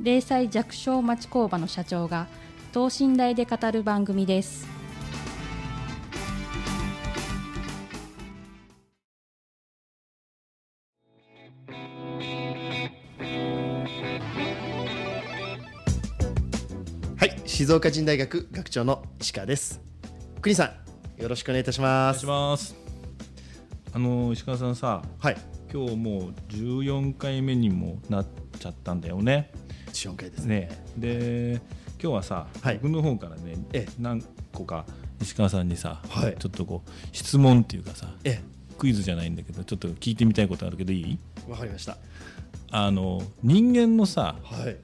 零細弱小町工場の社長が等身大で語る番組ですはい、静岡人大学学長の石川です。国さん、よろしくお願いいたしお願まいす。します。あの石川さんさ、はい、今日もう14回目にもなっちゃったんだよね。四回ですね。ね、で今日はさ、はい僕の方からねええ、何個か石川さんにさ、はいちょっとこう質問っていうかさ、えクイズじゃないんだけど、ちょっと聞いてみたいことあるけどいい？え、わかりました。あの人間のさはい、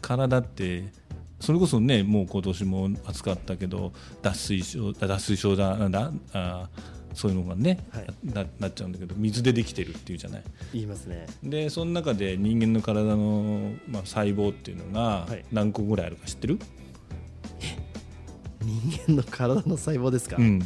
体って。それこそねもう今年も暑かったけど脱水症脱水症だなんだあーそういうのがね、はいななっちゃうんだけど水でできてるっていうじゃない言いますね。でその中で人間の体の、まあ、細胞っていうのがはい何個ぐらいあるか知ってる、人間の体の細胞ですか。うん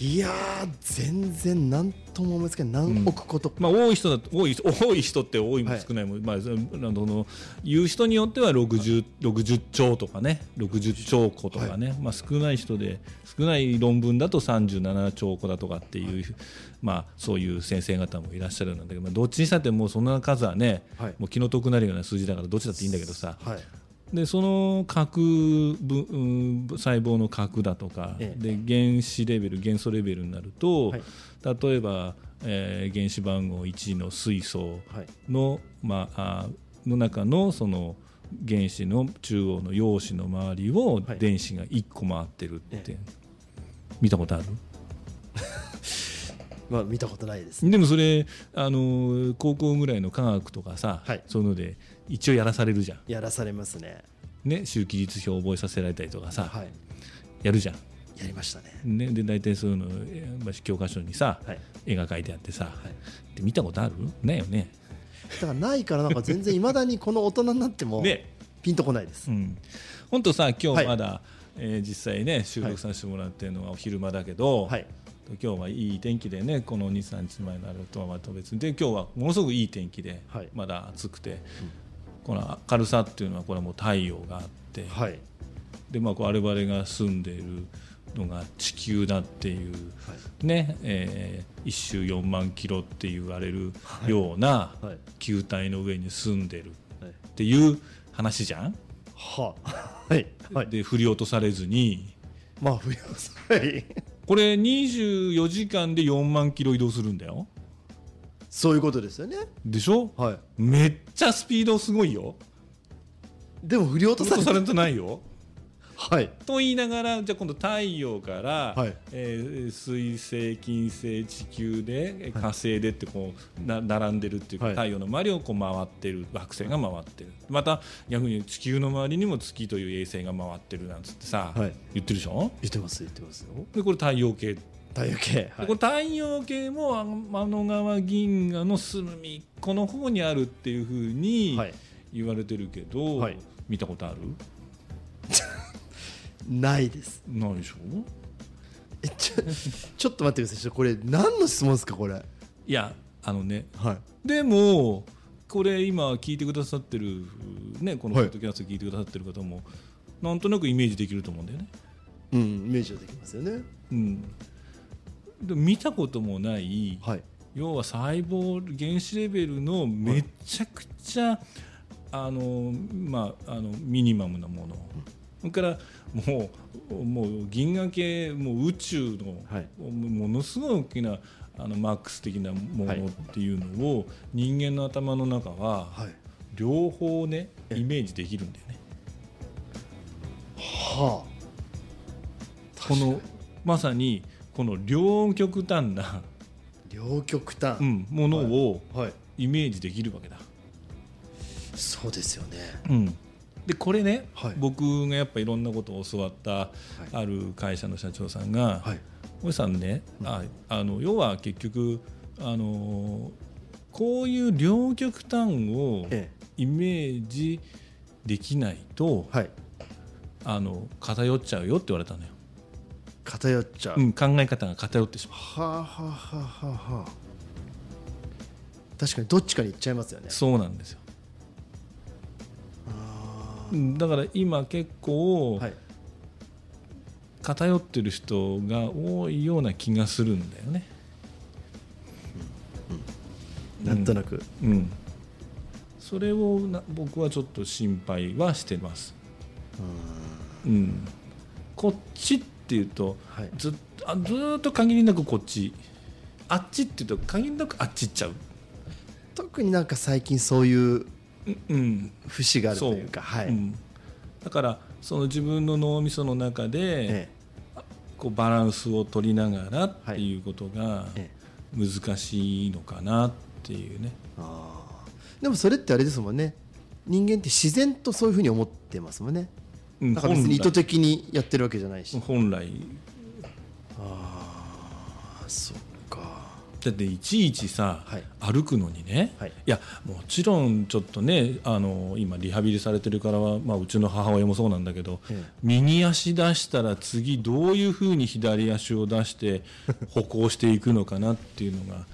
いやー、全然なんとも思いつかない、何億こと。まあ、多い人だと多い 多い人って多いもはい少ないも、まあ、そのあの言う人によっては 60,、60兆とかね60兆個とかね、まあ、少ない人で少ない論文だと37兆個だとかっていう、まあ、そういう先生方もいらっしゃるんだけど、まあ、どっちにしたってもうそんな数はね、はいもう気の遠くなるような数字だからどっちだっていいんだけどさ、はい、でその核分うん細胞の核だとか、えで原子レベル元素レベルになると、はい例えば、えー原子番号1の水素はい、の,、まあ、あーの中のその原子の中央の陽子の周りをはい電子が1個回ってるって、え見たことあるまあ、見たことないです。でもそれあの高校ぐらいの科学とかさ、はいそういうので一応やらされるじゃん、やらされますね。ね、周期率表を覚えさせられたりとかさ、はい、やるじゃん。やりましたね。ね、で大体そういうのえーまあ教科書にさ、はい。絵が描いてあってさ、はいで見たことあるないよね。だからないからなんか全然いまだにこの大人になってもねピンとこないですう。ん、本当さ今はい日まだ、えー実際ね収録させてもらってるのはお昼間だけど、はい今日はいい天気でねこの23日前のあれとはまた別にで今日はものすごくいい天気で、はいまだ暑くて、この明るさっていうのはこれはもう太陽があって、はい。でまあ、こう我々が住んでいるのが地球だっていう、はねえー一周4万キロって言われるようなはいはい球体の上に住んでるっはい。ていう話じゃん、はあ。はい。はい。で振り落とされずにまあ、冬野菜。これ24時間で4万キロ移動するんだよ そういうことですよね。でしょ、はい。めっちゃスピードすごいよでも振り落と落さとれさた。れてないよはい。と言いながらじゃあ今度太陽から、はいえー水星金星地球でえー火星でってこう、な並んでるっていうか、はい太陽の周りをこう回ってる惑星が回ってるまた逆に地球の周りにも月という衛星が回ってるなんつってさ、はい言ってるでしょ言ってます、言ってますよ。でこれ太陽系、で太陽系。これ太陽系もあの川銀河の隅っこの方にあるっていうふうにはい言われてるけど、はい見たことあるないです。ないでしょえ、ちょ、 ちょっと待ってください。ちょっとこれ、何の質問ですか、これ。はい。いやあのねでもこれ今聞いてくださってるねこのポはいッドキャスト聞いてくださってる方も、なんとなくイメージできると思うんだよね。うん、イメージはできますよね。うん、で見たこともない、はい。要は細胞原子レベルのめちゃくちゃ、あのまあ、あのミニマムなもの。それからもうもう銀河系もう宇宙の、はいものすごい大きなあのマックス的なものっていうのを、人間の頭の中は、はい。両方ねえイメージできるんだよねはあ。このまさにこの両極端な、両極端。うん、ものをはい。イメージできるわけだ、そうですよね。うん、でこれね、はい僕がやっぱいろんなことを教わったある会社の社長さんがはい。 「大、井さんね、ああの要は結局あのこういう両極端をえイメージできないと、え。はい。あの偏っちゃうよ」って言われたのよ、偏っちゃう。うはん、考え方が偏ってしまう。あはあはあはあはあ。確かにどっちかに行っちゃいますよね。そうなんですよあうんだから今結構、ーはい。偏ってる人が多いような気がするんだよね。なんとなく。うん、それをな僕はちょっと心配はしてます。うん、こっちっていうとはい。ずっとあずーっと限りなくこっちあっちっていうと限りなくあっち行っちゃう。特になんか最近そういううん節があるというか、はい。うんだからその自分の脳みその中でえこうバランスを取りながらっていうことがえ。ええ。難しいのかなっていうね。あーでもそれってあれですもんね。人間って自然とそういうふうに思ってますもんね。うんだから別に意図的にやってるわけじゃないし。本来ああ、そっか。だっていちいちさ、はい歩くのにね、はいい、やもちろんちょっとねあの今リハビリされてるからは、まあ、うちの母親もそうなんだけど、ええ右足出したら次どういうふうに左足を出して 歩行していくのかなっていうのが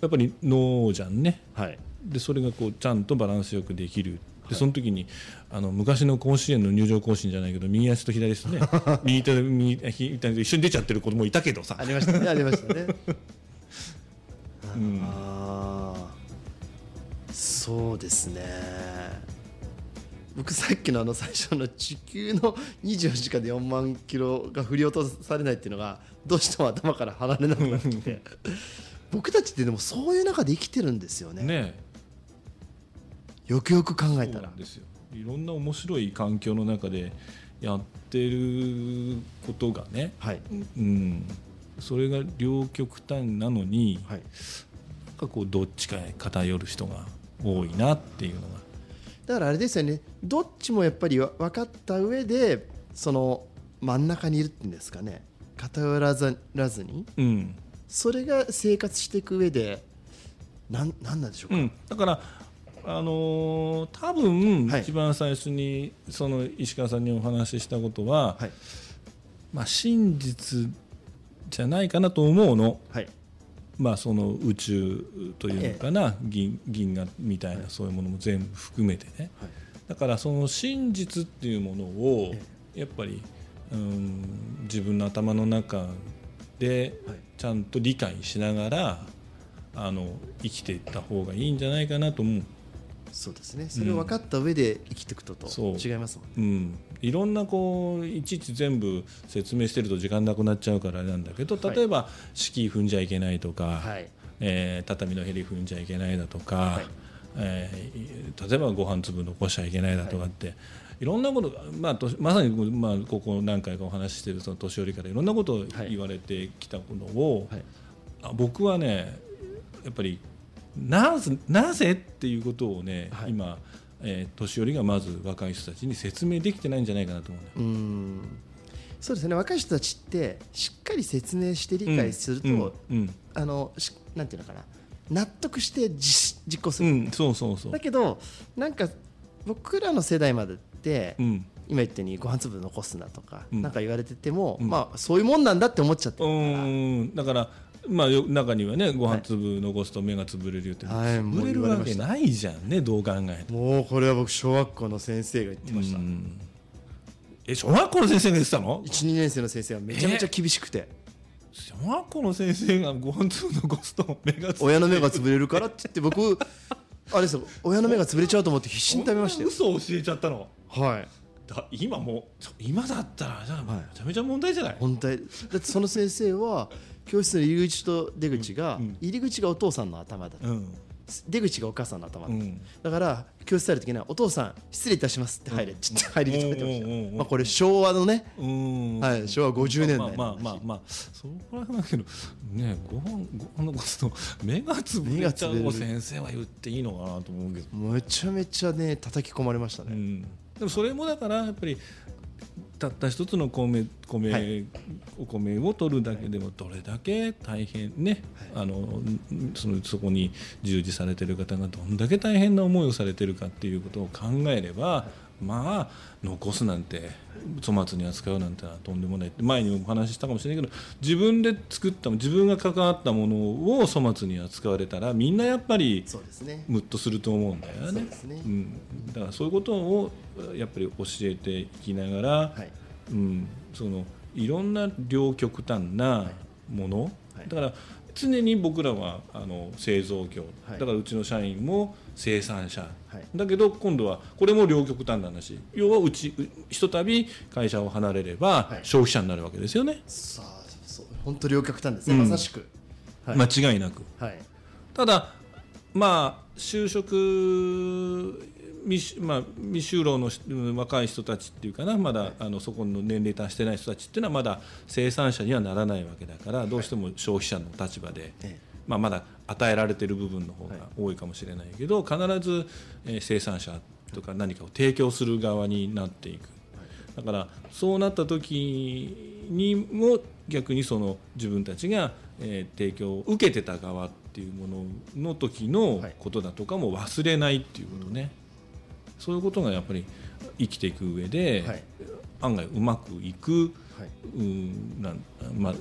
やっぱり脳じゃんねはい。でそれがこうちゃんとバランスよくできる。でその時にあの昔の甲子園の入場行進じゃないけど右足と左足 とね右手と右左手と一緒に出ちゃってる子もいたけどさありました ね。ありましたね。うんああそうですね僕さっきのあの最初の地球の24時間で4万キロが振り落とされないっていうのがどうしても頭から離れなくなってきて僕たちってでもそういう中で生きてるんですよねねえよくよく考えそたうならんですよいろんな面白い環境の中でやってることがね、はいうん、それが両極端なのに、はいなんかこうどっちかへ偏る人が多いなっていうのがだからあれですよねどっちもやっぱりわ分かった上でその真ん中にいるっていうんですかね偏らずらずにうん、それが生活していく上でなんなんなんでしょううか、ん、だからあのー多分はい一番最初にその石川さんにお話ししたことは、はいまあ、真実じゃないかなと思うの。はいまあ、その宇宙というのかな、銀銀河みたいはないそういうものも全部含めてね、はいだからその真実っていうものをえやっぱり、うん、自分の頭の中ではいちゃんと理解しながらあの生きていった方がいいんじゃないかなと思う。そうですねそれを分かった上で生きていくととそう違いますもんねうん、いろんなこういちいち全部説明してると時間なくなっちゃうからあれなんだけど例えば敷居踏んじゃいけないとか、はいえー畳のへり踏んじゃいけないだとか、いえー例えばご飯粒残しちゃいけないだとかって、い、ろんなことが、まあ、とまさに、まあ、ここ何回かお話ししてるその年寄りからいろんなことをはい言われてきたのを、はいあ僕はねやっぱりなぜなぜっていうことをね、はい今、えー年寄りがまず若い人たちに説明できてないんじゃないかなと思うんだよ。うんそうですね若い人たちってしっかり説明して理解すると、うんうんあのしなんていうのかな納得して実実行すうる、んそうそうそうだ。けどなんか僕らの世代までって、うん今言ったようにご飯粒残すなとか、うんなんか言われてても、うんまあそういうもんなんだって思っちゃってうるから、ーんだから、まあ、よ中にはねご飯粒残すと目が潰れるよって、はいもう潰れるわけないじゃんねどう考えても。もうこれは僕小学校の先生が言ってましたうんえ小学校の先生が言ってたの12年生の先生はめちゃめちゃ厳しくて小学校の先生がご飯粒残すと目が潰れる親の目が潰れるからって言って僕あれですよ親の目が潰れちゃうと思って必死に食べましたよ嘘を教えちゃったのはいだ今もうちょ今だったらじゃあはいめちゃめちゃ問題じゃない、本体だってその先生は教室の入り口と出口がうんうん入り口がお父さんの頭だとうん出口がお母さんの頭、うんだから教室入る時には「お父さん失礼いたします」って入れって言って入り口入ってましたようんうんうんうんまあ、これ昭和のねうんはい昭和50年代まあまあまあ、まあ、そこら辺だけどねご飯ご飯のこと目がつぶれちゃう目がつぶれ先生は言っていいのかなと思うけど、めちゃめちゃね叩き込まれましたうね、ん、でもそれもだからやっぱりたった一つの米米、はいお米を取るだけでもどれだけ大変ね、あのそのそこに従事されてる方がどんだけ大変な思いをされてるかっていうことを考えれば、まあ残すなんて粗末に扱うなんてのはとんでもないって前にもお話ししたかもしれないけど自分で作った自分が関わったものを粗末に扱われたらみんなやっぱりそうですねムッとすると思うんだよそうねですねうん、だからそういうことをやっぱり教えていきながら、はいうん、そのいろんな両極端なもの、はいだから常に僕らはあの製造業、はいだからうちの社員も生産者、はいだけど今度はこれも両極端な話要はうちうひとたび会社を離れればい消費者になるわけですよね、さあそう本当両極端ですね、うんまさしくはい、間違いなく。はいただまあ就職未就,、まあ、未就労のし若い人たちっていうかなまだあのそこの年齢達してない人たちっていうのはまだ生産者にはならないわけだからどうしても消費者の立場で、ええまあ、まだ与えられてる部分の方が多いかもしれないけど必ずえー生産者とか何かを提供する側になっていく。だからそうなった時にも逆にその自分たちが、えー提供を受けてた側っていうものの時のはいことだとかも忘れないっていうことね、そういうことがやっぱり生きていく上で、はい案外うまくいく、はいうんなんまあ、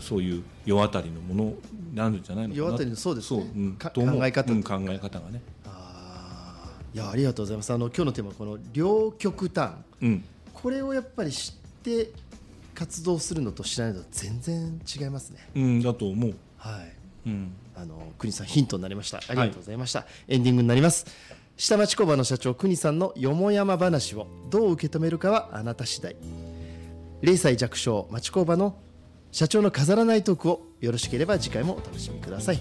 そういう世当たりのものになるんじゃないのかな世当たりのそうですねそううんかと思う考え方うん考え方がね。あーいやありがとうございますあの今日のテーマはこの両極端うんこれをやっぱり知って活動するのと知らないのと全然違いますねうん、だと思う、はいうんあの国さんヒントになりましたありがとうございました、エンディングになります下町工場の社長国さんのよもやま話をどう受け止めるかはあなた次第0歳弱小町工場の社長の飾らないトークをよろしければ次回もお楽しみください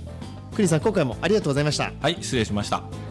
国さん今回もありがとうございましたはい失礼しました。